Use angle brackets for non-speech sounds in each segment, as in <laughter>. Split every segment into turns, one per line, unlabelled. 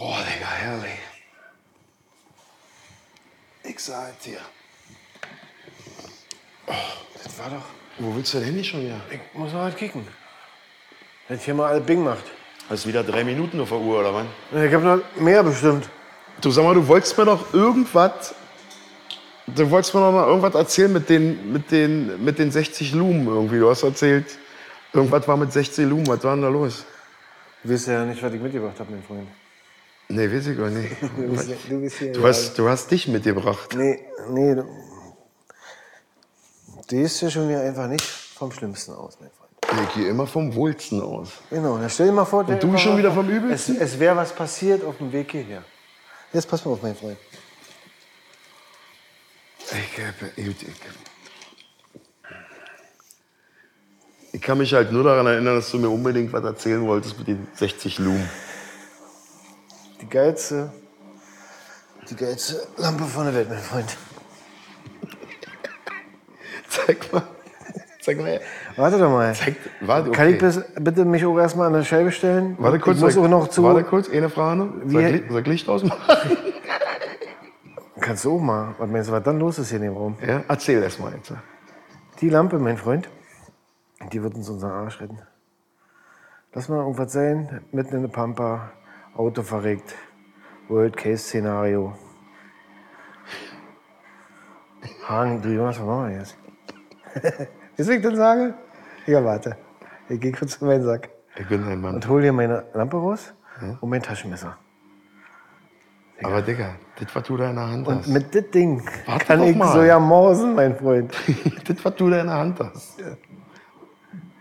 Ja, herrlich. Ich sag dir.
Das war doch.
Wo willst du denn hin schon wieder?
Ich muss noch halt kicken. Wenn viermal alle Bing macht.
Hast wieder drei Minuten auf der Uhr, oder wann?
Ich hab noch mehr bestimmt.
Du sag mal, du wolltest mir doch irgendwas. Du wolltest mir noch mal irgendwas erzählen mit den, mit den, mit den 60 Lumen irgendwie. Du hast erzählt, irgendwas war mit 60 Lumen. Was war denn da los?
Du weißt ja nicht, was ich mitgebracht habe, mein Freund.
Nee, weiß ich gar nicht.
<laughs>
Du bist, ja- du bist hier.
Du hast, du hast dich mitgebracht.
Nee, nee. Du, die ist ja schon wieder einfach nicht vom Schlimmsten aus, mein Freund.
Ich gehe immer vom Wohlsten aus.
Genau, dann stell dir mal vor,
Und du schon wieder vom Übelsten?
Es, es wäre was passiert auf dem Weg hierher. Jetzt pass mal auf, mein Freund.
Ich, hab- gut, ich, ich kann mich halt nur daran erinnern, dass du mir unbedingt was erzählen wolltest mit den 60 Lumen.
Die geilste, die geilste Lampe von der Welt, mein Freund.
<laughs> Zeig mal. Zeig mal her.
Warte doch mal.
Zeig, warte, okay.
Kann ich bis, bitte mich auch erstmal an der Scheibe stellen?
warte kurz,
ich muss
sag-
auch noch zu.
Warte kurz, eine Frage noch.
Wie-
Sag, Li- sag Licht ausmachen.
Kannst du auch mal. Was meinst du, was dann los ist hier in dem Raum?
<laughs> Ja, erzähl erst mal jetzt.
Die Lampe, mein Freund, die wird uns unseren Arsch retten. Lass mal irgendwas sein. Mitten in der Pampa, Auto verregt. World-Case-Szenario. Hahn, du Jonas, was machen wir jetzt? <laughs> Wisst ihr, was ich denn sage? Ja, warte. Ich geh kurz in meinen Sack.
Ich bin dein Mann.
und hol dir meine Lampe raus
Hm?
und mein Taschenmesser.
Aber Digga, das, was du da in der Hand
Und
hast.
mit dem Ding
Warte
kann
doch
ich
mal.
so ja mausen, mein Freund.
<laughs> das, was du da in der Hand hast.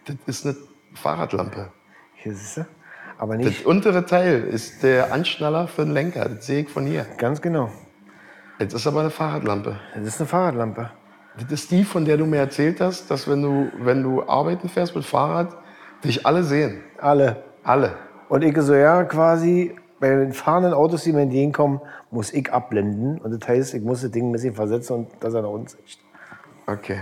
Das ist eine Fahrradlampe.
Hier siehst du. Aber
Das
nicht
untere Teil ist der Anschnaller für den Lenker. Das sehe ich von hier.
ganz genau.
Jetzt ist aber eine Fahrradlampe.
Das ist eine Fahrradlampe.
Das ist die, von der du mir erzählt hast, dass wenn du, wenn du arbeiten fährst mit Fahrrad, dich alle sehen.
Alle.
Alle.
Und ich so ja quasi bei den fahrenden Autos, die mir entgegenkommen, muss ich abblenden. Und das heißt, ich muss das Ding ein bisschen versetzen und dass er nach uns ist.
Okay.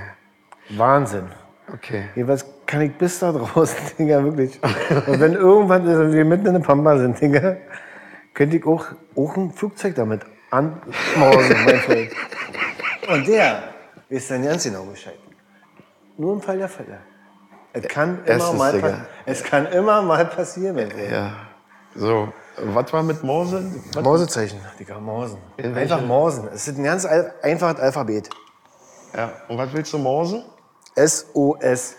Wahnsinn.
Okay.
Jedenfalls kann ich bis da draußen, <laughs> Digga, wirklich. Und wenn irgendwann ist und wir mitten in der Pampa sind, Digga, könnte ich auch, auch ein Flugzeug damit anmausen, mein Freund. Und der ist dann ganz genau Bescheid. Nur im Fall der Fälle. Es kann immer,
Erstens,
mal,
Digga.
pass- es kann immer mal passieren, mein Freund.
Ja. So, was war mit Morsen?
Mausezeichen, Digga, Mausen.
In
Einfach
welche-
Mausen. Es ist ein ganz al- einfaches Alphabet.
Ja. Und was willst du morsen?
S-O-S.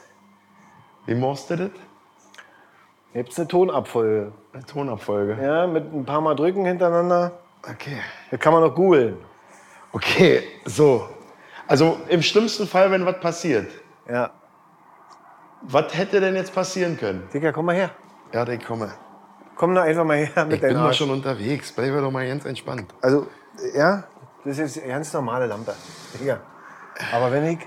Wie morst du das?
Gibt es eine Tonabfolge?
Eine Tonabfolge.
Ja, mit ein paar Mal drücken hintereinander.
Okay.
Da kann man noch googeln.
Okay, so. Also im schlimmsten Fall, wenn was passiert.
Ja.
Was hätte denn jetzt passieren können?
Digga, komm mal her.
Ja, ich komme.
Komm doch einfach mal her mit
Ich bin
deinem
mal
Arsch.
schon unterwegs. Bleibe doch mal ganz entspannt.
Also, ja, das ist jetzt eine ganz normale Lampe. Digga. Aber wenn ich...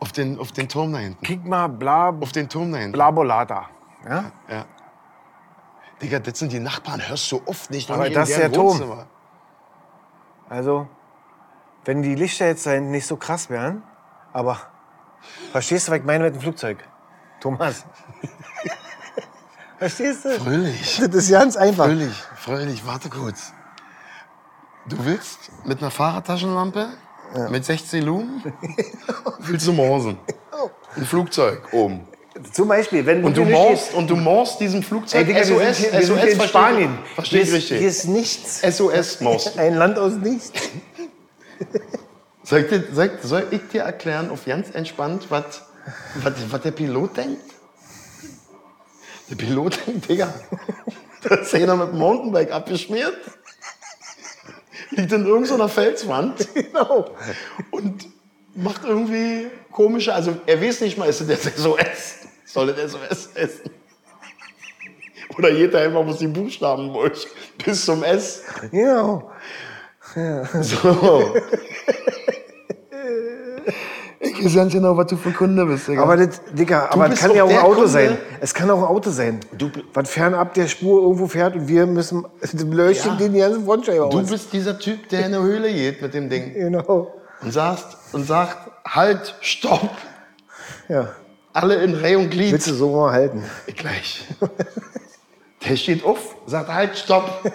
Auf den, auf den Turm da hinten.
Kick mal bla,
Auf den Turm da hinten.
blabolata. Ja?
Ja. Digga, das sind die Nachbarn, hörst du oft nicht. noch
Aber
nicht
das
in
ist
deren
der Turm.
Wohnzimmer.
Also, wenn die Lichter jetzt da hinten nicht so krass wären, aber... Verstehst du, was ich meine mit dem Flugzeug? Thomas. Verstehst du?
Fröhlich,
<laughs> Das ist ganz einfach.
fröhlich, fröhlich, warte kurz. Du willst mit einer Fahrradtaschenlampe, mit 16
<laughs>
Lumen, willst du morsen.
Oh.
Ein Flugzeug oben.
Zum Beispiel, wenn
Und du
hier nicht
morst, und du morst diesem Flugzeug
Ey, Digga,
SOS,
wir sind hier, wir
SOS
sind hier in
versteh-
Spanien.
Versteh ich
hier, ist, hier
richtig.
ist nichts.
SOS morst.
<laughs> Ein Land aus nichts. <laughs>
Soll ich, dir, soll, ich- soll ich dir erklären, auf ganz entspannt, was was der Pilot denkt? Der Pilot denkt, Digga, <laughs> da ist einer mit dem Mountainbike abgeschmiert, liegt in irgendeiner Felswand
Genau.
und macht irgendwie komische, also er weiß nicht mal, ist das jetzt SOS? Soll das SOS essen? Oder jeder einfach muss die Buchstaben durch, bis zum S.
Genau.
So. ich weiß ganz genau, was du für ein Kunde bist, Digga.
Aber das, Digga, aber
bist
es kann
doch
ja auch ein
der
Auto
Kunde.
sein. Es kann auch ein Auto sein.
Du-
was fernab der Spur irgendwo fährt und wir müssen <laughs> leuchten
Ja.
den die ganzen Frontscheibe
du
aus.
bist dieser Typ, der in eine Höhle geht mit dem Ding
Genau.
und sagt, und sagt halt, stopp,
Ja.
alle in Reihe und Glied.
Willst du so mal halten?
Gleich. Der steht auf, sagt halt, stopp.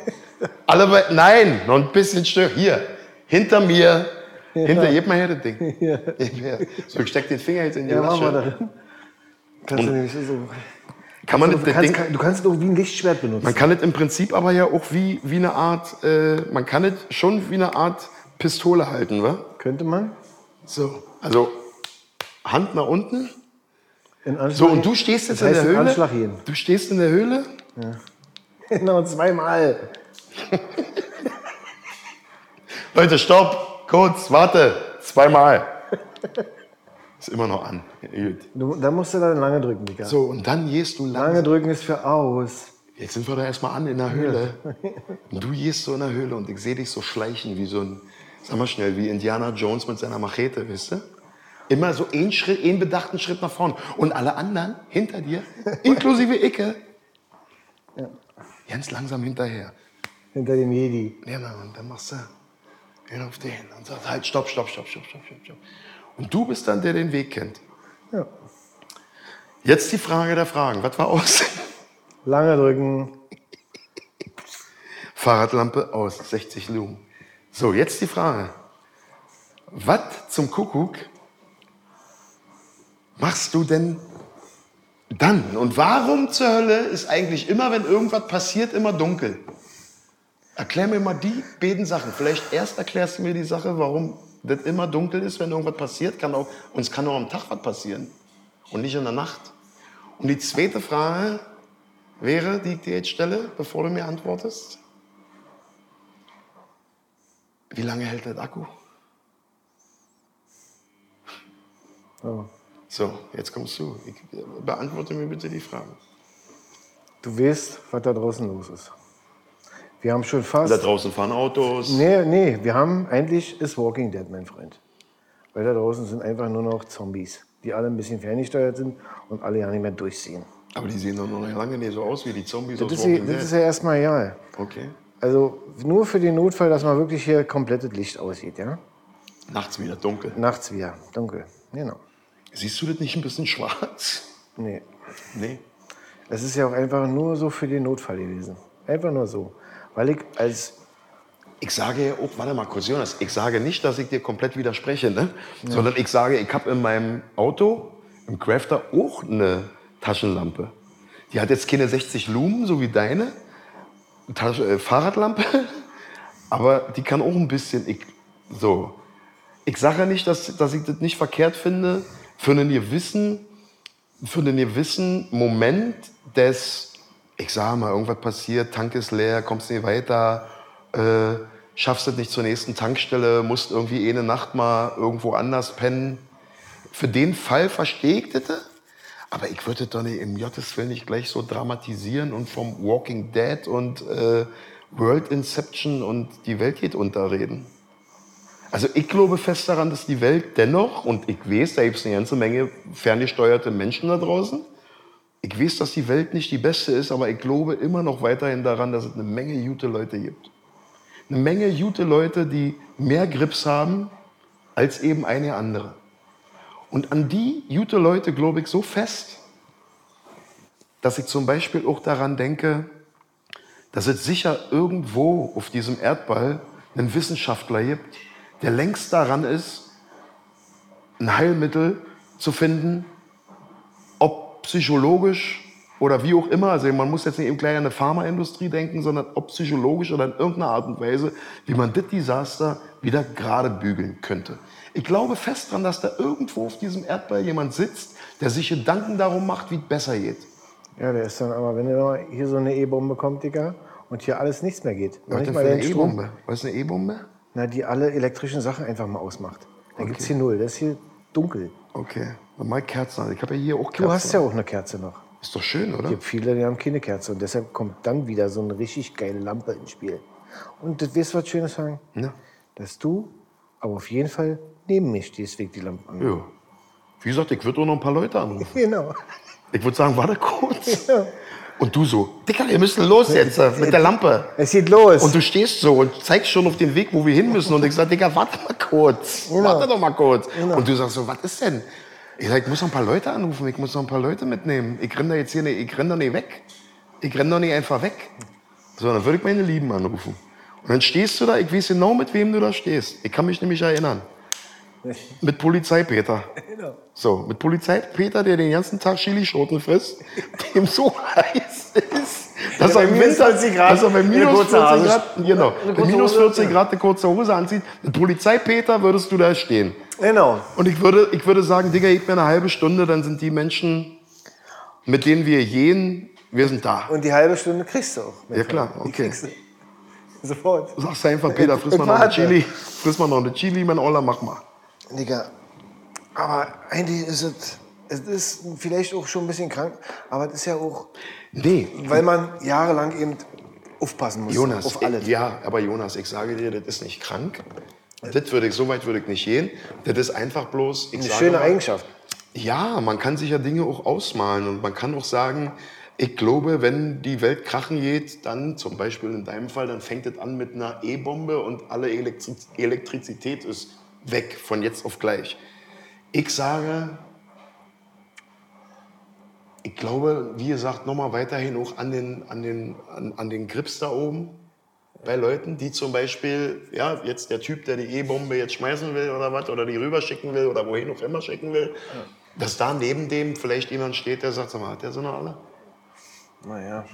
Alle bei, nein, noch ein bisschen stör. Hier, hinter mir. Hinter, gib mal her das Ding. Gib her. So, ich steck den Finger jetzt in die
Ja, machen wir
Lasche.
darin. Kannst du, nämlich so,
Kann man das,
du,
das
kannst,
Ding,
kein- du kannst es irgendwie ein Lichtschwert benutzen.
man kann das im Prinzip aber ja auch wie, wie eine Art, äh, man kann das schon wie eine Art Pistole halten, wa?
Könnte man?
So. Also, Hand nach unten.
In Anschlag,
So, und du stehst jetzt
Das heißt,
in der Höhle.
Anschlag jeden.
Du stehst in der Höhle.
<laughs> Genau, zweimal.
Leute, stopp! Kurz, warte! Zweimal! Ist immer noch an. Gut.
Du, da musst du dann lange drücken, Digga.
So, und dann gehst du lang.
Lange drücken ist für aus.
Jetzt sind wir da erstmal an in der Höhle. Und du gehst so in der Höhle und ich sehe dich so schleichen wie so ein, sag mal schnell, wie Indiana Jones mit seiner Machete, weißt du? Immer so einen Schritt, einen bedachten Schritt nach vorn. Und alle anderen hinter dir, inklusive Icke, ganz langsam hinterher.
Hinter dem Jedi.
Ja, Mann, und dann machst du hin auf den und sagst halt, stopp, stopp, stopp, stopp, stopp, stopp, stopp. Und du bist dann der, der den Weg kennt.
Ja.
Jetzt die Frage der Fragen. Was war aus?
Lange drücken.
Fahrradlampe aus, 60 Lumen. So, jetzt die Frage. Was zum Kuckuck machst du denn dann? Und warum zur Hölle ist eigentlich immer, wenn irgendwas passiert, immer dunkel? Erklär mir mal die beiden Sachen. Vielleicht erst erklärst du mir die Sache, warum das immer dunkel ist, wenn irgendwas passiert. Kann auch, uns kann auch am Tag was passieren und nicht in der Nacht. Und die zweite Frage wäre, die ich dir jetzt stelle, bevor du mir antwortest. Wie lange hält das Akku?
Oh.
So.
So, jetzt kommst du. Ich äh, beantworte mir bitte die Fragen.
Du weißt, was da draußen los ist. Wir haben schon fast.
Da draußen fahren Autos.
Nee, nee, wir haben eigentlich ist Walking Dead, mein Freund. Weil da draußen sind einfach nur noch Zombies, die alle ein bisschen ferngesteuert sind und alle ja nicht mehr durchsehen.
Aber die sehen doch noch lange nicht so aus wie die Zombies
Das
aus
ist, ja-
Walking
das ist
Dead.
ja erstmal egal.
Okay.
Also nur für den Notfall, dass mal wirklich hier komplettes Licht aussieht, ja?
Nachts wieder dunkel.
Nachts wieder, dunkel. Genau.
Siehst du das nicht ein bisschen schwarz?
Nee.
Nee.
Es ist ja auch einfach nur so für den Notfall gewesen. Einfach nur so. Weil ich als
Ich sage ja auch, warte mal kurz, Jonas, ich sage nicht, dass ich dir komplett widerspreche, ne? sondern ich sage, ich habe in meinem Auto, im Crafter, auch eine Taschenlampe. Die hat jetzt keine 60 Lumen, so wie deine, Tasche, äh, Fahrradlampe, <laughs> aber die kann auch ein bisschen, ich, so. Ich sage ja nicht, dass, dass ich das nicht verkehrt finde, für einen gewissen für einen gewissen Moment des, ich sag mal, irgendwas passiert, Tank ist leer, kommst nicht weiter, äh, schaffst es nicht zur nächsten Tankstelle, musst irgendwie eh eine Nacht mal irgendwo anders pennen. Für den Fall verstehe ich das, aber ich würde das doch nicht im Gottes Willen nicht gleich so dramatisieren und vom Walking Dead und äh, World Inception und die Welt geht unter reden. Also ich glaube fest daran, dass die Welt dennoch, und ich weiß, da gibt es eine ganze Menge ferngesteuerte Menschen da draußen, ich weiß, dass die Welt nicht die beste ist, aber ich glaube immer noch weiterhin daran, dass es eine Menge gute Leute gibt. Eine Menge gute Leute, die mehr Grips haben als eben eine andere. Und an die gute Leute glaube ich so fest, dass ich zum Beispiel auch daran denke, dass es sicher irgendwo auf diesem Erdball einen Wissenschaftler gibt, der längst daran ist, ein Heilmittel zu finden, ob psychologisch oder wie auch immer. Also man muss jetzt nicht eben gleich an eine Pharmaindustrie denken, sondern ob psychologisch oder in irgendeiner Art und Weise, wie man das Desaster wieder gerade bügeln könnte. Ich glaube fest dran, dass da irgendwo auf diesem Erdball jemand sitzt, der sich Gedanken darum macht, wie es besser geht.
Ja, der ist dann aber, wenn er noch hier so eine E-Bombe kommt, Digga, und hier alles nichts mehr geht. noch
Was
nicht
denn
mal
für eine
den Strom,
E-Bombe? Was ist eine E-Bombe?
Na, die alle elektrischen Sachen einfach mal ausmacht. Da gibt's hier null. Das ist hier dunkel.
Okay, dann mal Kerzen an. Ich habe ja hier auch Kerzen.
Du hast ja auch eine Kerze noch.
Ist doch schön, oder?
Es gibt viele, die haben keine Kerze. Und deshalb kommt dann wieder so eine richtig geile Lampe ins Spiel. Und das wirst du was Schönes sagen?
Ja.
Dass du aber auf jeden Fall neben mir stehst, wegen die Lampe an. <laughs>
ja. Wie gesagt, ich würde auch noch ein paar Leute anrufen.
Genau.
Ich würde sagen, warte kurz.
Ja.
Und du so, Dicker, wir müssen los jetzt äh, mit der Lampe.
Es geht los.
Und du stehst so und zeigst schon auf den Weg, wo wir hin müssen. Und ich sage, Digga, warte mal kurz. Warte doch mal kurz. Und du sagst so, was ist denn? Ich sag, ich muss noch ein paar Leute anrufen. Ich muss noch ein paar Leute mitnehmen. Ich renne da jetzt hier nicht, ich renne da nicht weg.
ich renn doch nicht einfach weg. So, dann würde ich meine Lieben anrufen. Und dann stehst du da, ich weiß genau, mit wem du da stehst. Ich kann mich nämlich erinnern. Mit Polizeipeter.
Genau.
So, mit Polizeipeter, der den ganzen Tag Chilischoten frisst, <laughs> dem so heiß ist, dass
bei
er im
minus
Winter,
40 Grad
dass er bei
eine
minus
kurze
40
Hose-
Grad, genau,
eine
bei
kurze
minus
Hose,
40 Grad eine kurze Hose anzieht. Mit Polizeipeter würdest du da stehen.
Genau.
Und ich würde, ich würde sagen, Digga, gib mir eine halbe Stunde, dann sind die Menschen, mit denen wir gehen, wir sind da.
Und die halbe Stunde kriegst du auch.
Ja klar,
Die
okay.
kriegst du. Sofort.
Sagst du einfach, Peter, friss
Ich
mal noch eine
warte.
Chili, friss mal noch eine Chili, mein Oller, mach mal.
Digga, aber eigentlich ist es, es ist vielleicht auch schon ein bisschen krank, aber es ist ja auch,
Nee,
weil man jahrelang eben aufpassen muss.
Jonas,
auf alles.
ich- ja, aber Jonas, ich sage dir, das ist nicht krank. Das würde ich, so weit würde ich nicht gehen. Das ist einfach bloß, ich
Eine
sage
schöne
mal,
Eigenschaft.
Ja, man kann sich ja Dinge auch ausmalen und man kann auch sagen, ich glaube, wenn die Welt krachen geht, dann zum Beispiel in deinem Fall, dann fängt es an mit einer E-Bombe und alle Elektri Elektrizität ist weg von jetzt auf gleich. Ich sage, ich glaube, wie gesagt, nochmal weiterhin auch an den, an, den, an, an den Grips da oben bei Leuten, die zum Beispiel, ja, jetzt der Typ, der die E-Bombe jetzt schmeißen will oder was, oder die rüberschicken will oder wohin auch immer schicken will, dass da neben dem vielleicht jemand steht, der sagt, sag mal, hat der so eine alle?
Naja.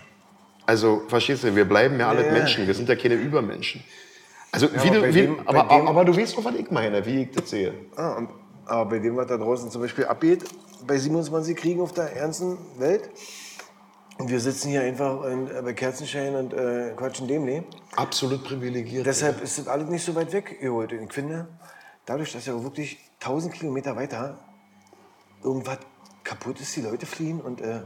Also, verstehst du, wir bleiben ja alle
Ja.
Menschen, wir sind ja keine Übermenschen. Also, wie
aber
du,
bei
wie,
dem-
aber,
bei dem-
aber du weißt auch, was ich meine, wie ich das sehe.
Ah, und, aber bei dem, was da draußen zum Beispiel abgeht, bei 27 Kriegen auf der ganzen Welt, und wir sitzen hier einfach in, äh, bei Kerzenschein und äh, quatschen dem Leben.
Absolut privilegiert.
Deshalb ist das alles nicht so weit weg geholt. Und Ich finde, dadurch, dass ja wirklich 1000 Kilometer weiter irgendwas kaputt ist, die Leute fliehen und äh,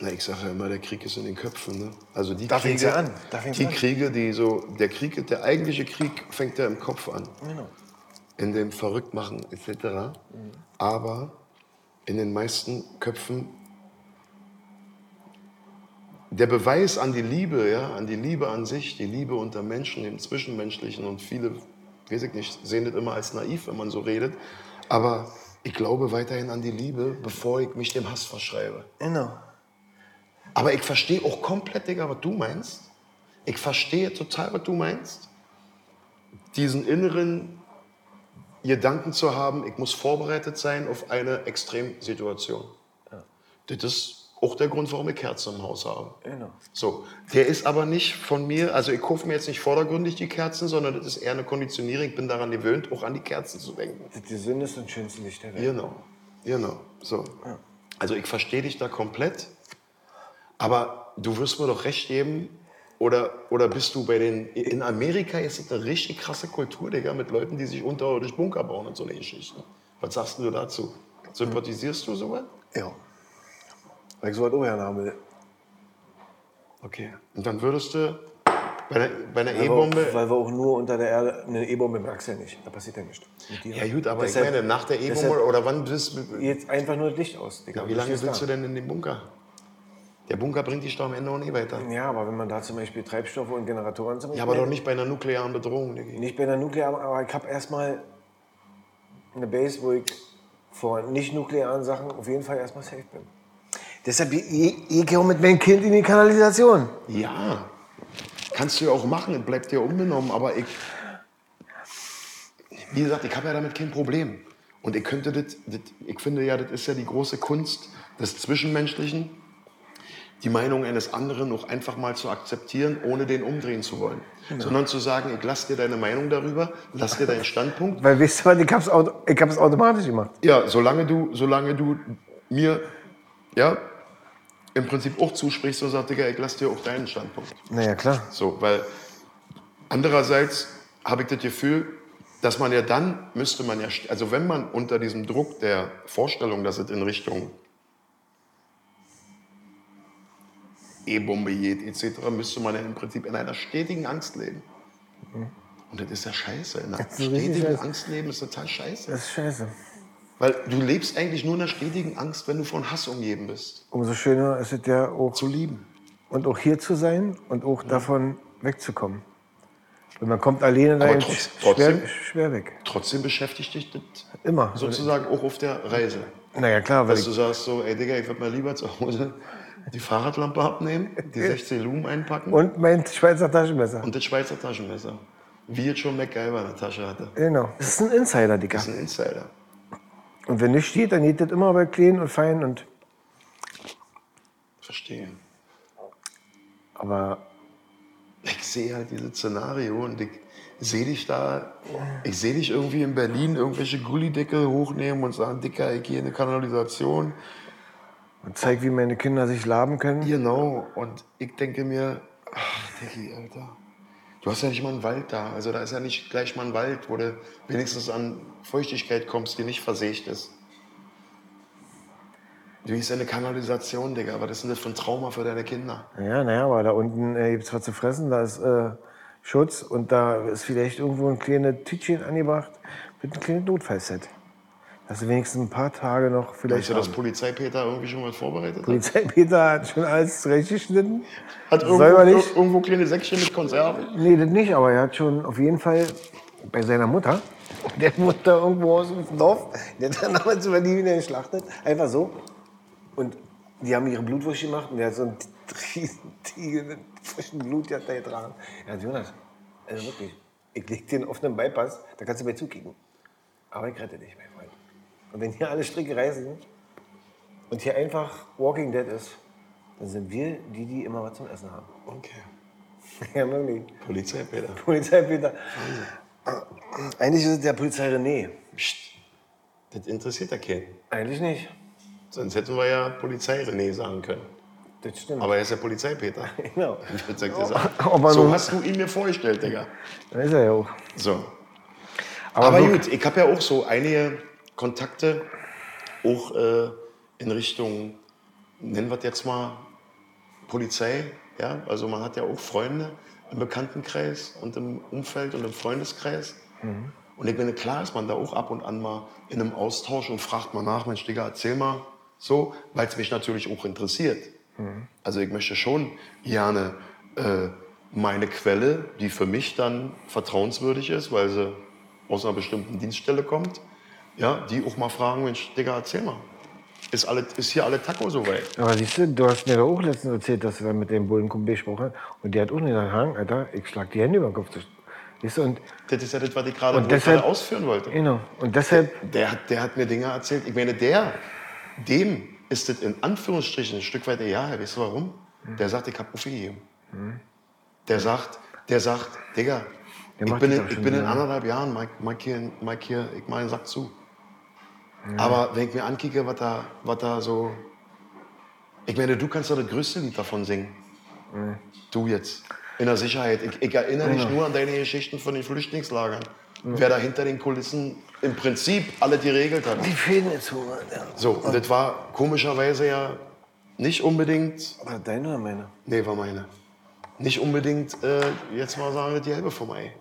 Na, ich sage ja immer, der Krieg ist in den Köpfen. Ne? Also die
Da fängt's
Kriege,
ja an, da fängt's
die
an.
Kriege, die so, der Krieg, der eigentliche Krieg fängt ja im Kopf an,
genau.
in dem Verrücktmachen etc. Aber in den meisten Köpfen der Beweis an die Liebe, ja, an die Liebe an sich, die Liebe unter Menschen, dem Zwischenmenschlichen und viele, weiß ich nicht, sehen das immer als naiv, wenn man so redet. Aber ich glaube weiterhin an die Liebe, bevor ich mich dem Hass verschreibe.
Genau.
Aber ich verstehe auch komplett, Digga, was du meinst. Ich verstehe total, was du meinst. Diesen inneren Gedanken zu haben, ich muss vorbereitet sein auf eine Extremsituation. Das ist auch der Grund, warum ich Kerzen im Haus habe.
Genau.
So, der ist aber nicht von mir, also ich kaufe mir jetzt nicht vordergründig die Kerzen, sondern das ist eher eine Konditionierung. Ich bin daran gewöhnt, auch an die Kerzen zu denken.
Das gesündeste und schönste Licht der Welt.
Genau, genau. So. Also ich verstehe dich da komplett, aber du wirst mir doch recht geben, oder, oder bist du bei den... In Amerika ist es eine richtig krasse Kultur, Digga, mit Leuten, die sich unterirdisch Bunker bauen und so eine Geschichten. Was sagst du dazu? Sympathisierst du sowas?
Ja. Weil ich so was auch gerne haben will.
Okay. Und dann würdest du bei einer, bei einer
Weil wir
E-Bombe...
auch- Weil wir auch nur unter der Erde. Eine E-Bombe merkst du ja nicht. Da passiert ja nichts. Mit dir.
Ja gut, aber
Deshalb-
ich meine, nach der E-Bombe
deshalb-
oder wann bist du...
Jetzt einfach nur das Licht aus. Digga.
Na, wie lange
Stehst
sitzt du
da.
denn in dem Bunker? Der Bunker bringt dich doch am Ende auch nie weiter.
Ja, aber wenn man da zum Beispiel Treibstoffe und Generatoren zum Beispiel
Ja, aber doch nicht bei einer nuklearen Bedrohung, Diggi.
Nicht bei der Nuklear, aber ich habe erstmal eine Base, wo ich vor nicht-nuklearen Sachen auf jeden Fall erstmal safe bin. Deshalb, ich, ich, ich gehe auch mit meinem Kind in die Kanalisation.
Ja, kannst du ja auch machen, es bleibt dir unbenommen, aber ich. Wie gesagt, ich habe ja damit kein Problem. Und ich könnte das, das, ich finde ja, das ist ja die große Kunst des Zwischenmenschlichen, die Meinung eines anderen auch einfach mal zu akzeptieren, ohne den umdrehen zu wollen. Sondern zu sagen, ich lass dir deine Meinung darüber, lass dir deinen Standpunkt
Weil, weißt du was, ich hab's, auto, ich hab's automatisch gemacht.
Ja, solange du, solange du mir ja, im Prinzip auch zusprichst und sagst, Digga, ich lass dir auch deinen Standpunkt.
Naja, klar.
So, weil andererseits habe ich das Gefühl, dass man ja dann müsste man ja, st- also wenn man unter diesem Druck der Vorstellung, dass es in Richtung E-Bombe geht etc., müsste man ja im Prinzip in einer stetigen Angst leben. Und das ist ja scheiße. In einer
ist richtig
stetigen
scheiße.
Angst leben ist total scheiße.
Das ist scheiße.
Weil du lebst eigentlich nur in der stetigen Angst, wenn du von Hass umgeben bist.
Umso schöner ist es ja auch,
Zu lieben.
und auch hier zu sein und auch davon wegzukommen. Wenn man kommt alleine
Aber
da
trotz-
schwer,
trotzdem-
schwer weg.
Trotzdem beschäftigt dich das
Immer.
sozusagen auch auf der Reise.
Naja, klar, weil
Dass
ich
du sagst so, ey Digga, ich werd mal lieber zu Hause die Fahrradlampe abnehmen, die 16 Lumen einpacken und,
Und mein Schweizer Taschenmesser.
das Schweizer Taschenmesser. Wie jetzt schon MacGyver in der Tasche hatte.
Genau. Das ist ein Insider, Digga.
Das ist ein Insider.
Und wenn nicht steht, dann geht das immer bei klein und fein und.
Verstehe.
Aber
Ich sehe halt dieses Szenario und ich sehe dich da, ich sehe dich irgendwie in Berlin irgendwelche Gullideckel hochnehmen und sagen, Dicker, ich gehe in eine Kanalisation.
und zeig, wie meine Kinder sich laben können.
Genau. Und ich denke mir, ach, Diggi, Alter. Du hast ja nicht mal einen Wald da. Also da ist ja nicht gleich mal ein Wald, wo du wenigstens an Feuchtigkeit kommst, die nicht versägt ist. Du gehst in eine Kanalisation, Digga. Was ist denn das für ein Trauma für deine Kinder?
Ja, naja, aber da unten äh, gibt's was zu fressen, da ist äh, Schutz und da ist vielleicht irgendwo ein kleines Tütchen angebracht mit einem kleinen Notfallset. Dass du wenigstens ein paar Tage noch
Weißt
vielleicht.
du, dass
haben.
Polizeipeter irgendwie schon mal vorbereitet hat?
Polizeipeter hat schon alles zurechtgeschnitten.
Hat irgendwo,
Säuberlich?
irgendwo kleine Säckchen mit Konserven?
Nee, das nicht, aber er hat schon auf jeden Fall bei seiner Mutter, <laughs> der Mutter irgendwo aus dem Dorf, der hat dann damals über die Hühner geschlachtet, einfach so. Und die haben ihre Blutwurst gemacht und der hat so einen riesen Tiegel mit frischem Blut die hat er getragen. Ja, Jonas, also wirklich, ich leg dir einen offenen Bypass, da kannst du mir zukicken. Aber ich rette dich, mein Freund. Und wenn hier alle Stricke reißen und hier einfach Walking Dead ist, dann sind wir die, die immer was zum Essen haben. <laughs>
Okay.
Ja, wirklich.
Polizeipeter.
Polizei Peter. Eigentlich ist es der Polizei René.
Psst. Das interessiert ja keinen.
Eigentlich nicht.
Sonst hätten wir ja Polizei René sagen können.
Das stimmt.
Aber er ist ja Polizeipeter.
genau.
Das sagt er sagen.
<laughs> aber
so
nun-
hast du ihn mir vorgestellt, Digga.
Da ist er ja auch.
So.
Aber
Aber
so-
gut, ich habe ja auch so einige Kontakte auch äh, in Richtung, nennen wir es jetzt mal Polizei. Ja? Also man hat ja auch Freunde im Bekanntenkreis und im Umfeld und im Freundeskreis. Und ich meine, klar ist man da auch ab und an mal in einem Austausch und fragt mal nach, Mensch, Digga, erzähl mal so, weil es mich natürlich auch interessiert.
Mhm.
Also ich möchte schon gerne äh, meine Quelle, die für mich dann vertrauenswürdig ist, weil sie aus einer bestimmten Dienststelle kommt, ja, die auch mal fragen, Mensch, Digga, erzähl mal. Ist, alle, ist hier alle Taco soweit?
Aber siehst du, du hast mir doch auch letztens erzählt, dass du dann mit dem Bullen Kumpel gesprochen hast. Und der hat auch nicht gesagt, Hang, Alter, ich schlag die Hände über den Kopf. Siehst du, und,
Das ist ja das, was ich gerade
Und
wo ich
deshalb-
gerade ausführen wollte.
genau. und deshalb,
Der hat, der hat mir Dinge erzählt. Ich meine, der, dem ist das in Anführungsstrichen ein Stück weit egal. Weißt du warum? Der sagt, ich hab aufgegeben. Der sagt, der sagt, Digga,
Der
ich
macht
bin,
das
in,
doch
ich
schon
bin in
lange.
anderthalb Jahren, Mike, Mike hier, Mike hier, ich meine, sag zu. Aber wenn ich mir ankicke, was da, was da so. Ich meine, du kannst doch das größte Lied davon singen. Du jetzt. In der Sicherheit. Ich, ich erinnere dich nur an deine Geschichten von den Flüchtlingslagern. Wer da hinter den Kulissen im Prinzip alle die regelt hat.
die Fäden jetzt hoch. Ja.
So, und das war komischerweise ja nicht unbedingt,
War deine oder meine?
nee, war meine, nicht unbedingt, äh, jetzt mal sagen, die halbe vom Ei.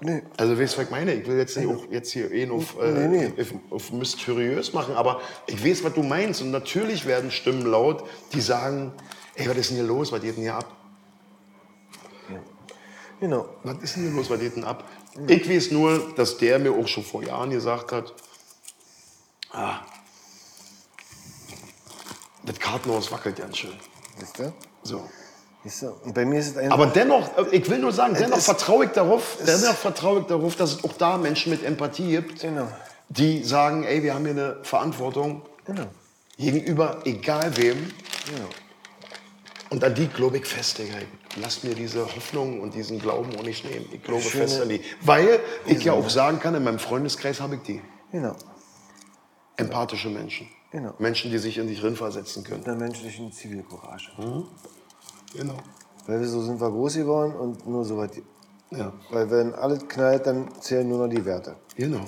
Nee.
Also, weißt du, was ich meine? Ich will jetzt nicht auch jetzt hier eh auf, äh,
Nee, nee.
Auf, auf mysteriös machen, aber ich weiß, was du meinst. Und natürlich werden Stimmen laut, die sagen, ey, was ist denn hier los, was geht denn hier ab?
Genau.
Was ist denn hier los? Was geht denn ab? Ich weiß nur, dass der mir auch schon vor Jahren gesagt hat, ah, das Kartenhaus wackelt ganz schön.
Siehst du?
So.
Siehst du? Und bei mir ist es einfach.
Aber dennoch, äh, ich will nur sagen, dennoch
ist-
vertraue ich darauf, dennoch vertraue ich darauf, dass es auch da Menschen mit Empathie gibt,
Genau.
die sagen, ey, wir haben hier eine Verantwortung
Genau.
gegenüber egal wem.
genau.
Und an die glaube ich fest, Digga. Ich Lass mir diese Hoffnung und diesen Glauben auch nicht nehmen. Ich glaube
Schöne-
fest an die. Weil ich ja auch sagen kann, in meinem Freundeskreis habe ich die.
Genau.
Empathische Menschen.
Genau.
Menschen, die sich in dich rinversetzen können.
Mit einer menschlichen Zivilcourage.
Genau.
Weil wir so sind wir groß geworden und nur so weit
Ja.
Weil wenn alles knallt, dann zählen nur noch die Werte.
Genau.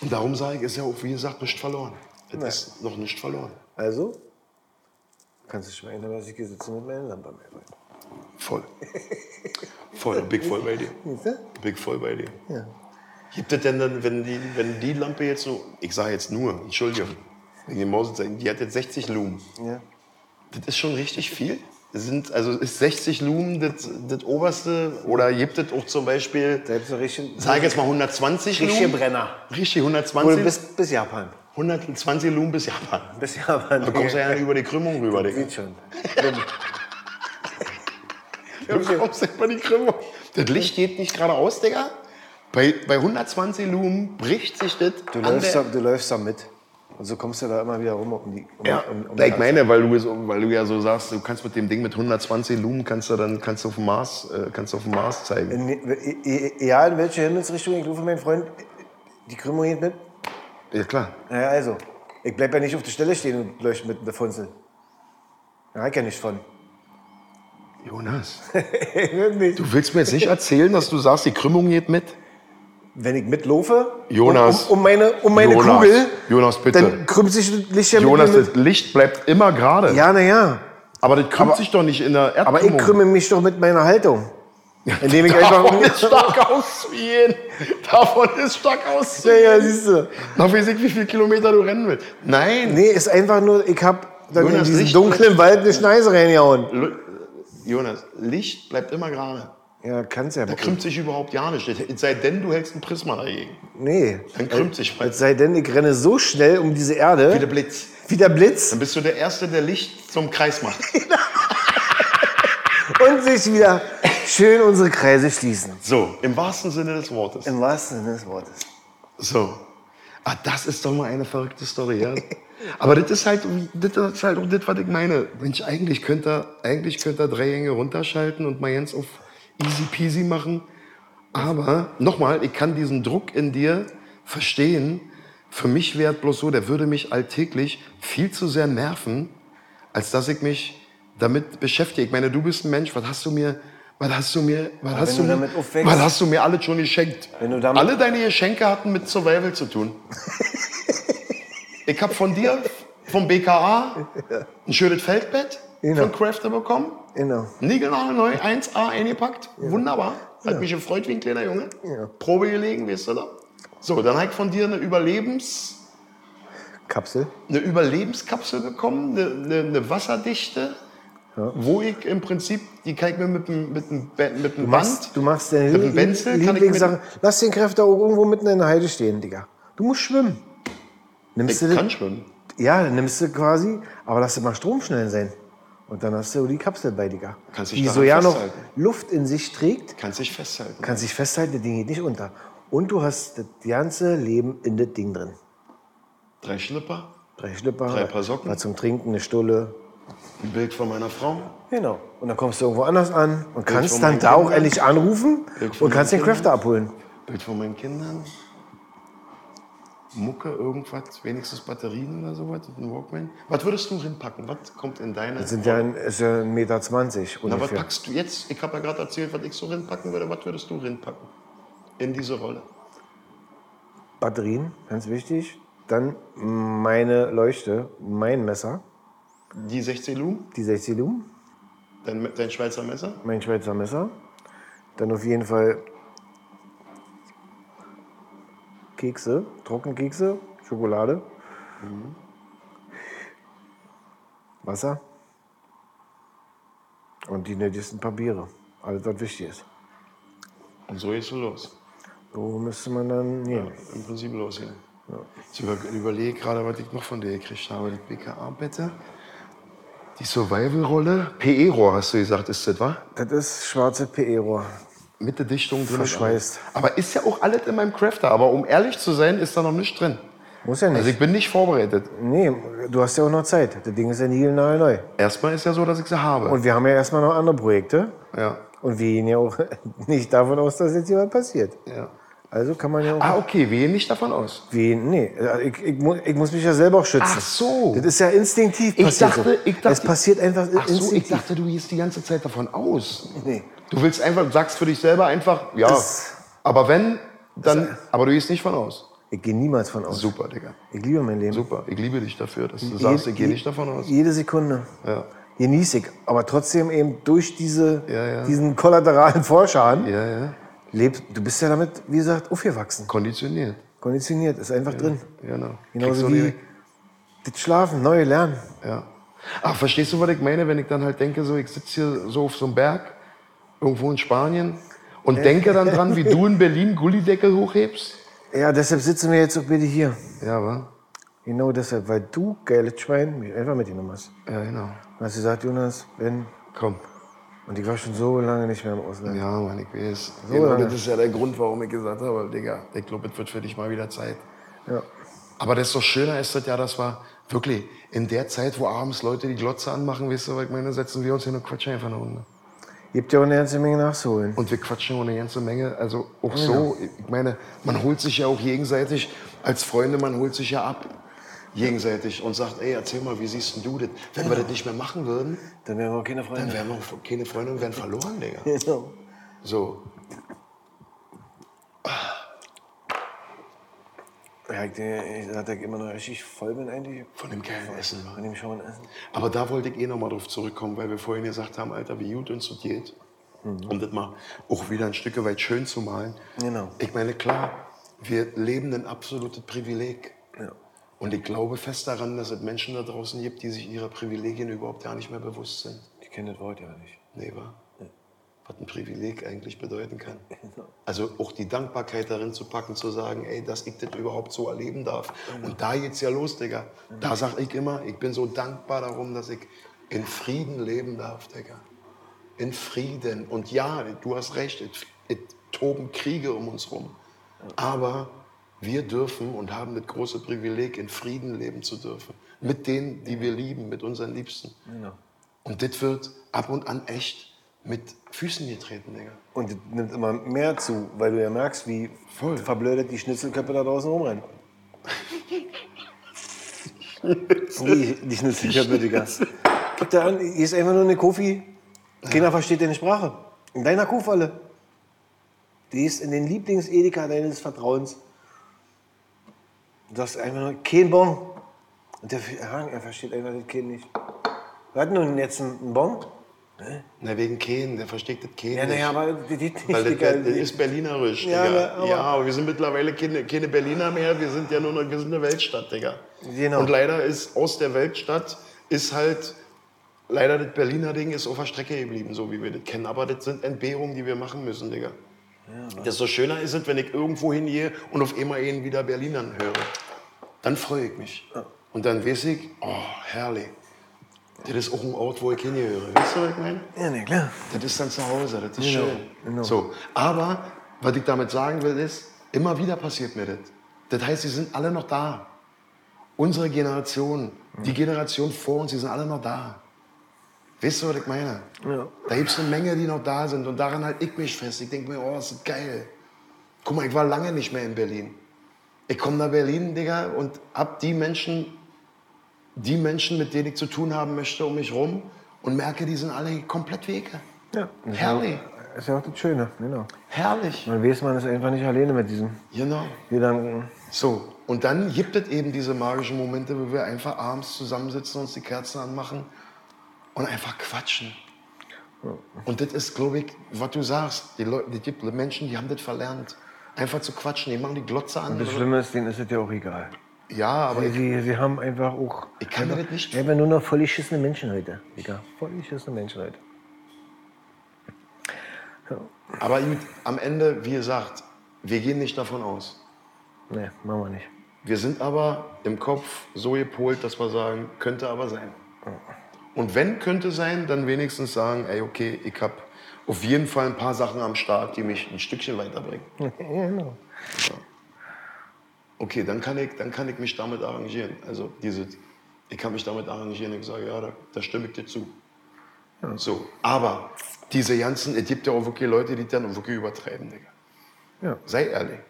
Und darum sage ich, ist ja auch, wie gesagt, nicht verloren. Es ist noch nicht verloren.
Also kannst du schon mal erinnern, dass ich hier sitze mit meiner Lampe am Ende.
<laughs> Voll. Voll, big voll bei dir.
Siehst du?
Big voll bei dir.
Ja.
Gibt es denn dann, wenn die, wenn die Lampe jetzt so, ich sage jetzt nur, Entschuldigung, wegen dem Maus, die hat jetzt 60 Lumen.
Ja.
Das ist schon richtig viel. Das Sind, also ist 60 Lumen das, das oberste? Oder gibt es auch zum Beispiel,
Selbst so richtig.
sage jetzt mal 120 Lumen?
Richtige Brenner.
Richtig,
Oder
120?
bis, bis Japan.
120 Lumen bis Japan.
Bis Japan.
Da kommst du ja nicht über die Krümmung rüber, Digga.
Sieht schon.
Du kommst nicht über die Krümmung. Das Licht geht nicht geradeaus, Digga. Bei, bei 120 Lumen bricht sich das
Du
an
läufst,
der-
da, du läufst da mit. Und so kommst du da immer wieder rum um die. Um,
Ja,
um, um
na, ich meine, weil du, es- um- weil du ja so sagst, du kannst mit dem Ding mit 120 Lumen kannst du dann kannst du auf dem Mars, äh, kannst du auf dem Mars zeigen.
In, e- e- egal in welche Himmelsrichtung ich rufe meinen Freund, die Krümmung geht mit.
Ja klar.
Naja, also, ich bleib ja nicht auf der Stelle stehen und leuchte mit der Funzel. Da hab ich ja nicht von. <laughs>
Jonas,
Wirklich.
du <laughs> willst mir jetzt nicht erzählen, dass du sagst, die Krümmung geht mit?
Wenn ich mitlaufe,
Jonas.
um, um, um meine, um meine
Jonas.
Kugel,
Jonas, bitte.
dann krümmt sich das Licht ja
Jonas,
mit mir
das Licht bleibt immer gerade.
mit. Ja, naja.
Aber das krümmt sich doch nicht in der
Aber
Erdkrümmung.
ich krümme mich doch mit meiner Haltung.
<laughs>
Indem ich einfach.
Davon ist stark auszuziehen. Davon ist stark
ja,
auszuziehen.
ja, siehst du.
Nach weiß ich, wie viele Kilometer du rennen willst. Nein.
<laughs> Nee, ist einfach nur, ich hab dann in
Jonas,
diesen
Licht-
dunklen Wald eine Schneise reingehauen.
Lu- Jonas, Licht bleibt immer gerade.
Ja, kann's ja.
Da krümmt sich überhaupt ja nicht. Es sei denn, du hältst ein Prisma dagegen.
Nee.
Dann krümmt sich
Es
was.
sei denn, ich renne so schnell um diese Erde,
Wie der Blitz.
wie der Blitz,
Dann bist du der Erste, der Licht zum Kreis macht.
und sich wieder schön unsere Kreise schließen.
So, im wahrsten Sinne des Wortes.
Im wahrsten Sinne des Wortes.
So. Ah, das ist doch mal eine verrückte Story,
<laughs>
ja. Aber das ist halt, das ist halt auch das, was ich meine. Mensch, eigentlich könnte er, eigentlich könnte er drei Gänge runterschalten und mal ganz auf easy peasy machen. Aber nochmal, ich kann diesen Druck in dir verstehen. Für mich wäre es bloß so, der würde mich alltäglich viel zu sehr nerven, als dass ich mich damit beschäftige. Ich meine, du bist ein Mensch, was hast du mir, was hast du mir, was hast
wenn
du
du
mir,
damit aufwächst-
was hast du mir alles schon geschenkt?
Wenn du damit-
alle deine Geschenke hatten mit Survival zu tun.
<laughs>
ich habe von dir, vom BKA, ein schönes Feldbett
Genau.
von Crafter bekommen.
Genau.
Niegelnagelneu, 1A eingepackt. Wunderbar. Hat mich gefreut wie ein kleiner Junge. Probe gelegen, weißt du da? So, dann habe ich von dir eine, Überlebens,
Kapsel.
eine Überlebenskapsel bekommen, eine, eine, eine wasserdichte, wo ich im Prinzip, die kann ich mir mit dem, mit dem, Ba- mit dem Band,
Du machst deine
Mit dem Benzel kann ich mit-
Lieblingssache. Lass den Kräfter auch irgendwo mitten in der Heide stehen, Digga. Du musst schwimmen.
ich
Nimmst du
kann
das?
schwimmen.
Ja, dann nimmst du quasi, aber lass dir mal stromschnell sein. Und dann hast du die Kapsel bei, Digga.
Kannst dich
die
daran
so ja noch
festhalten.
Luft in sich trägt
Kannst dich festhalten.
kannst dich festhalten, das Ding geht nicht unter. Und du hast das ganze Leben in das Ding drin.
Drei Schlipper,
Drei Schlipper,
Drei Paar Socken.
was zum Trinken, eine Stulle.
ein Bild von meiner Frau,
Genau. Und dann kommst du irgendwo anders an und kannst
von
dann
meinen
da auch
Kindern.
endlich anrufen
Bild von
und kannst den
meinen
Crafter abholen.
Bild von meinen Kindern, Mucke, irgendwas, wenigstens Batterien oder sowas, ein Walkman. Was würdest du hinpacken? Was kommt in deine...
Das sind ja, ein- ist ja 1,20 Meter zwanzig
Na, was
ungefähr.
packst du jetzt? Ich habe ja gerade erzählt, was ich so reinpacken würde. Was würdest du reinpacken? In diese Rolle.
Batterien, ganz wichtig. Dann meine Leuchte, mein Messer,
Die 16 Lumen,
die 60 Lumen,
dein, dein Schweizer Messer,
mein Schweizer Messer. Dann auf jeden Fall Kekse, Trockenkekse, Schokolade. Wasser. Und die nötigsten Papiere. Alles, was wichtig ist.
und so gehst du los.
So müsste man dann nehmen.
Im Prinzip los hier. Ich über, überlege gerade, was ich noch von dir gekriegt habe. Das BKA, bitte. Die Survival-Rolle. PE-Rohr hast du gesagt, ist das, wa?
Das ist schwarze PE-Rohr.
Mit der Dichtung drin.
Verschweißt.
Aber ist ja auch alles in meinem Crafter. Aber um ehrlich zu sein, ist da noch nicht drin.
Muss ja nicht.
Also ich bin nicht vorbereitet.
nee, du hast ja auch noch Zeit. Das Ding ist ja niegelnagelneu neu.
Erstmal ist ja so, dass ich sie habe.
Und wir haben ja erstmal noch andere Projekte.
ja.
Und wir gehen ja auch <laughs> nicht davon aus, dass jetzt jemand passiert.
ja.
Also kann man ja auch.
Ah, okay, wir gehen nicht davon aus.
Wie, nee, also ich, ich, mu- ich muss mich ja selber auch schützen.
Ach so.
Das ist ja instinktiv
Ich
passiert.
dachte-
so.
ich dachte-
es passiert einfach
Ach so, ich
instinktiv.
dachte, du gehst die ganze Zeit davon aus.
Nee.
Du willst einfach, sagst für dich selber einfach, ja.
Das-
aber wenn, dann. aber du gehst nicht von aus.
ich gehe niemals von aus.
Super, Digga.
Ich liebe mein Leben.
Super. Ich liebe dich dafür, dass du sagst, ich gehe
Je-
nicht davon aus.
Jede Sekunde.
Ja.
Genieße ich. Aber trotzdem eben durch diese,
Ja, ja.
diesen kollateralen Vorschaden,
Ja, ja.
lebst, du bist ja damit, wie gesagt, aufgewachsen.
Konditioniert.
Konditioniert, ist einfach drin.
Genau. Kriegst
Genauso
du
wie
direkt.
das Schlafen, neue Lernen.
Ja. Ach, verstehst du, was ich meine, wenn ich dann halt denke, so ich sitze hier so auf so einem Berg, irgendwo in Spanien, und denke dann dran, wie <laughs> du in Berlin Gullideckel hochhebst?
Ja, deshalb sitzen wir jetzt auch bitte hier.
Ja, wa?
Genau deshalb, weil du, geiles Schwein, mich einfach mitgenommen hast.
Ja, genau.
Du hast gesagt, Jonas, wenn.
Komm.
Und ich war schon so lange nicht mehr im Ausland.
Ja, Mann, ich weiß.
So,
genau,
oder?
das ist ja der Grund, warum ich gesagt habe, Digga, ich glaube, es wird für dich mal wieder Zeit.
Ja.
Aber desto schöner ist das ja, dass wir wirklich in der Zeit, wo abends Leute die Glotze anmachen, weißt du, weil ich meine, setzen wir uns hin und quatschen einfach eine Runde.
Gibt ja auch eine ganze Menge nachzuholen.
Und wir quatschen auch eine ganze Menge. Also auch so, ich meine, man holt sich ja auch gegenseitig, als Freunde, man holt sich ja ab. Gegenseitig und sagt, ey, erzähl mal, wie siehst denn du das? Wenn wir das nicht mehr machen würden,
Dann wären wir auch keine
dann
<laughs> Freunde.
wären wir auch keine Freunde und wären verloren, Digga.
Genau.
So,
Ja, ich, ich, dass ich immer noch richtig voll bin eigentlich.
von dem geilen Essen. Mann.
Von dem schon Essen.
Aber da wollte ich eh nochmal drauf zurückkommen, weil wir vorhin gesagt haben, Alter, wie gut uns das geht.
Mhm.
Um das mal auch wieder ein Stück weit schön zu malen.
Genau.
Ich meine, klar, wir leben ein absolutes Privileg.
Ja.
Und ich glaube fest daran, dass es Menschen da draußen gibt, die sich ihrer Privilegien überhaupt gar nicht mehr bewusst sind.
Ich kenne das Wort ja nicht.
Nee, wa? Was ein Privileg eigentlich bedeuten kann. Also auch die Dankbarkeit darin zu packen, zu sagen, ey, dass ich das überhaupt so erleben darf. Und da geht's ja los, Digga. Da sag ich immer, ich bin so dankbar darum, dass ich in Frieden leben darf, Digga. In Frieden. Und ja, du hast recht, es es toben Kriege um uns rum. Aber wir dürfen und haben das große Privileg, in Frieden leben zu dürfen. Mit denen, die wir lieben, mit unseren Liebsten.
Genau.
Und das wird ab und an echt mit Füßen getreten, Digga.
Und das nimmt immer mehr zu, weil du ja merkst, wie
Voll.
verblödet die Schnitzelköpfe da draußen rumrennen. die, die Schnitzelköpfe, Digga. Gib da an, hier ist einfach nur eine Kofi. Keiner versteht deine Sprache. In deiner Kuhfalle. Die ist in den Lieblings-Edeka deines Vertrauens. Du sagst einfach nur, kein Bon. Und der Hang, er versteht einfach das Kind nicht. Wir hatten nun jetzt einen Bon.
Na, wegen Kehn, der versteckt das Kehn.
Ja,
nicht.
naja, aber das geht nicht,
Weil das,
Digga.
das, das ist berlinerisch,
Ja,
Digga.
na, aber-
ja, aber wir sind mittlerweile keine, keine Berliner mehr, wir sind ja nur noch, wir sind eine Weltstadt, Digga.
Genau.
Und leider ist aus der Weltstadt, ist halt, leider das Berliner Ding ist auf der Strecke geblieben, so wie wir das kennen. Aber das sind Entbehrungen, die wir machen müssen, Digga.
ne.
Desto schöner ist es, wenn ich irgendwo hingehe und auf einmal einen wieder Berlinern höre. Dann freue ich mich. Und dann weiß ich, oh, herrlich. Das ist auch ein Ort, wo ich hingehöre. Weißt du, was ich meine?
Ja, na klar.
Das ist dann zu Hause, das ist
Genau,
schön.
genau.
So, aber was ich damit sagen will, ist, immer wieder passiert mir das. Das heißt, sie sind alle noch da. Unsere Generation, die Generation vor uns, die sind alle noch da. Weißt du, was ich meine?
Ja.
Da gibt es eine Menge, die noch da sind und daran halt ich mich fest. Ich denke mir, oh, ist das geil. Guck mal, ich war lange nicht mehr in Berlin. Ich komme nach Berlin, Digga, und hab die Menschen die Menschen, mit denen ich zu tun haben möchte, um mich rum und merke, die sind alle komplett wege.
Ja.
Herrlich,
Ist ja auch das Schöne, genau.
herrlich.
Man weiß, man ist einfach nicht alleine mit diesen
Genau.
Gedanken.
So, und dann gibt es eben diese magischen Momente, wo wir einfach abends zusammensitzen, uns die Kerzen anmachen und einfach quatschen. Und das ist, glaube ich, was du sagst. Die Leute, die gibt Menschen, die haben das verlernt. Einfach zu quatschen, die machen die Glotze an.
Das Schlimme ist, denen ist es ja auch egal.
Ja, aber
Sie,
ich,
sie, sie haben einfach auch.
ich kann mir das nicht
Wir haben nur noch voll geschissene Menschen heute. Digga. Voll geschissene Menschen heute.
Aber gut, am Ende, wie gesagt, wir gehen nicht davon aus.
Nee, machen wir nicht. <laughs>
Wir sind aber im Kopf so gepolt, dass wir sagen, könnte aber sein. Und wenn könnte sein, dann wenigstens sagen, ey, okay, ich habe auf jeden Fall ein paar Sachen am Start, die mich ein Stückchen weiterbringen.
genau.
Okay, dann kann ich, dann kann ich mich damit arrangieren. Also diese, ich kann mich damit arrangieren. Ich sage, ja, da, da stimme ich dir zu. So, aber diese ganzen, es gibt ja auch wirklich Leute, die dann wirklich übertreiben, Digga.
Ja.
Sei ehrlich.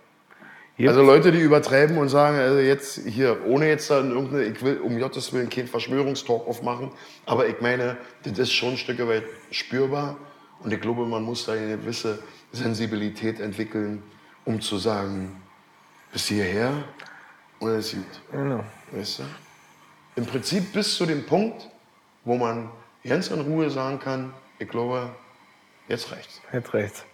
Hier-
Also Leute, die übertreiben und sagen, also jetzt hier, ohne jetzt dann irgendeine, ich will um Gottes Willen keinen Verschwörungstalk aufmachen, aber ich meine, das ist schon ein Stück weit spürbar und ich glaube, man muss da eine gewisse Sensibilität entwickeln, um zu sagen, bis hierher und es gut.
Genau.
Weißt du? Im Prinzip bis zu dem Punkt, wo man ganz in Ruhe sagen kann, ich glaube, jetzt reicht's.
Jetzt rechts.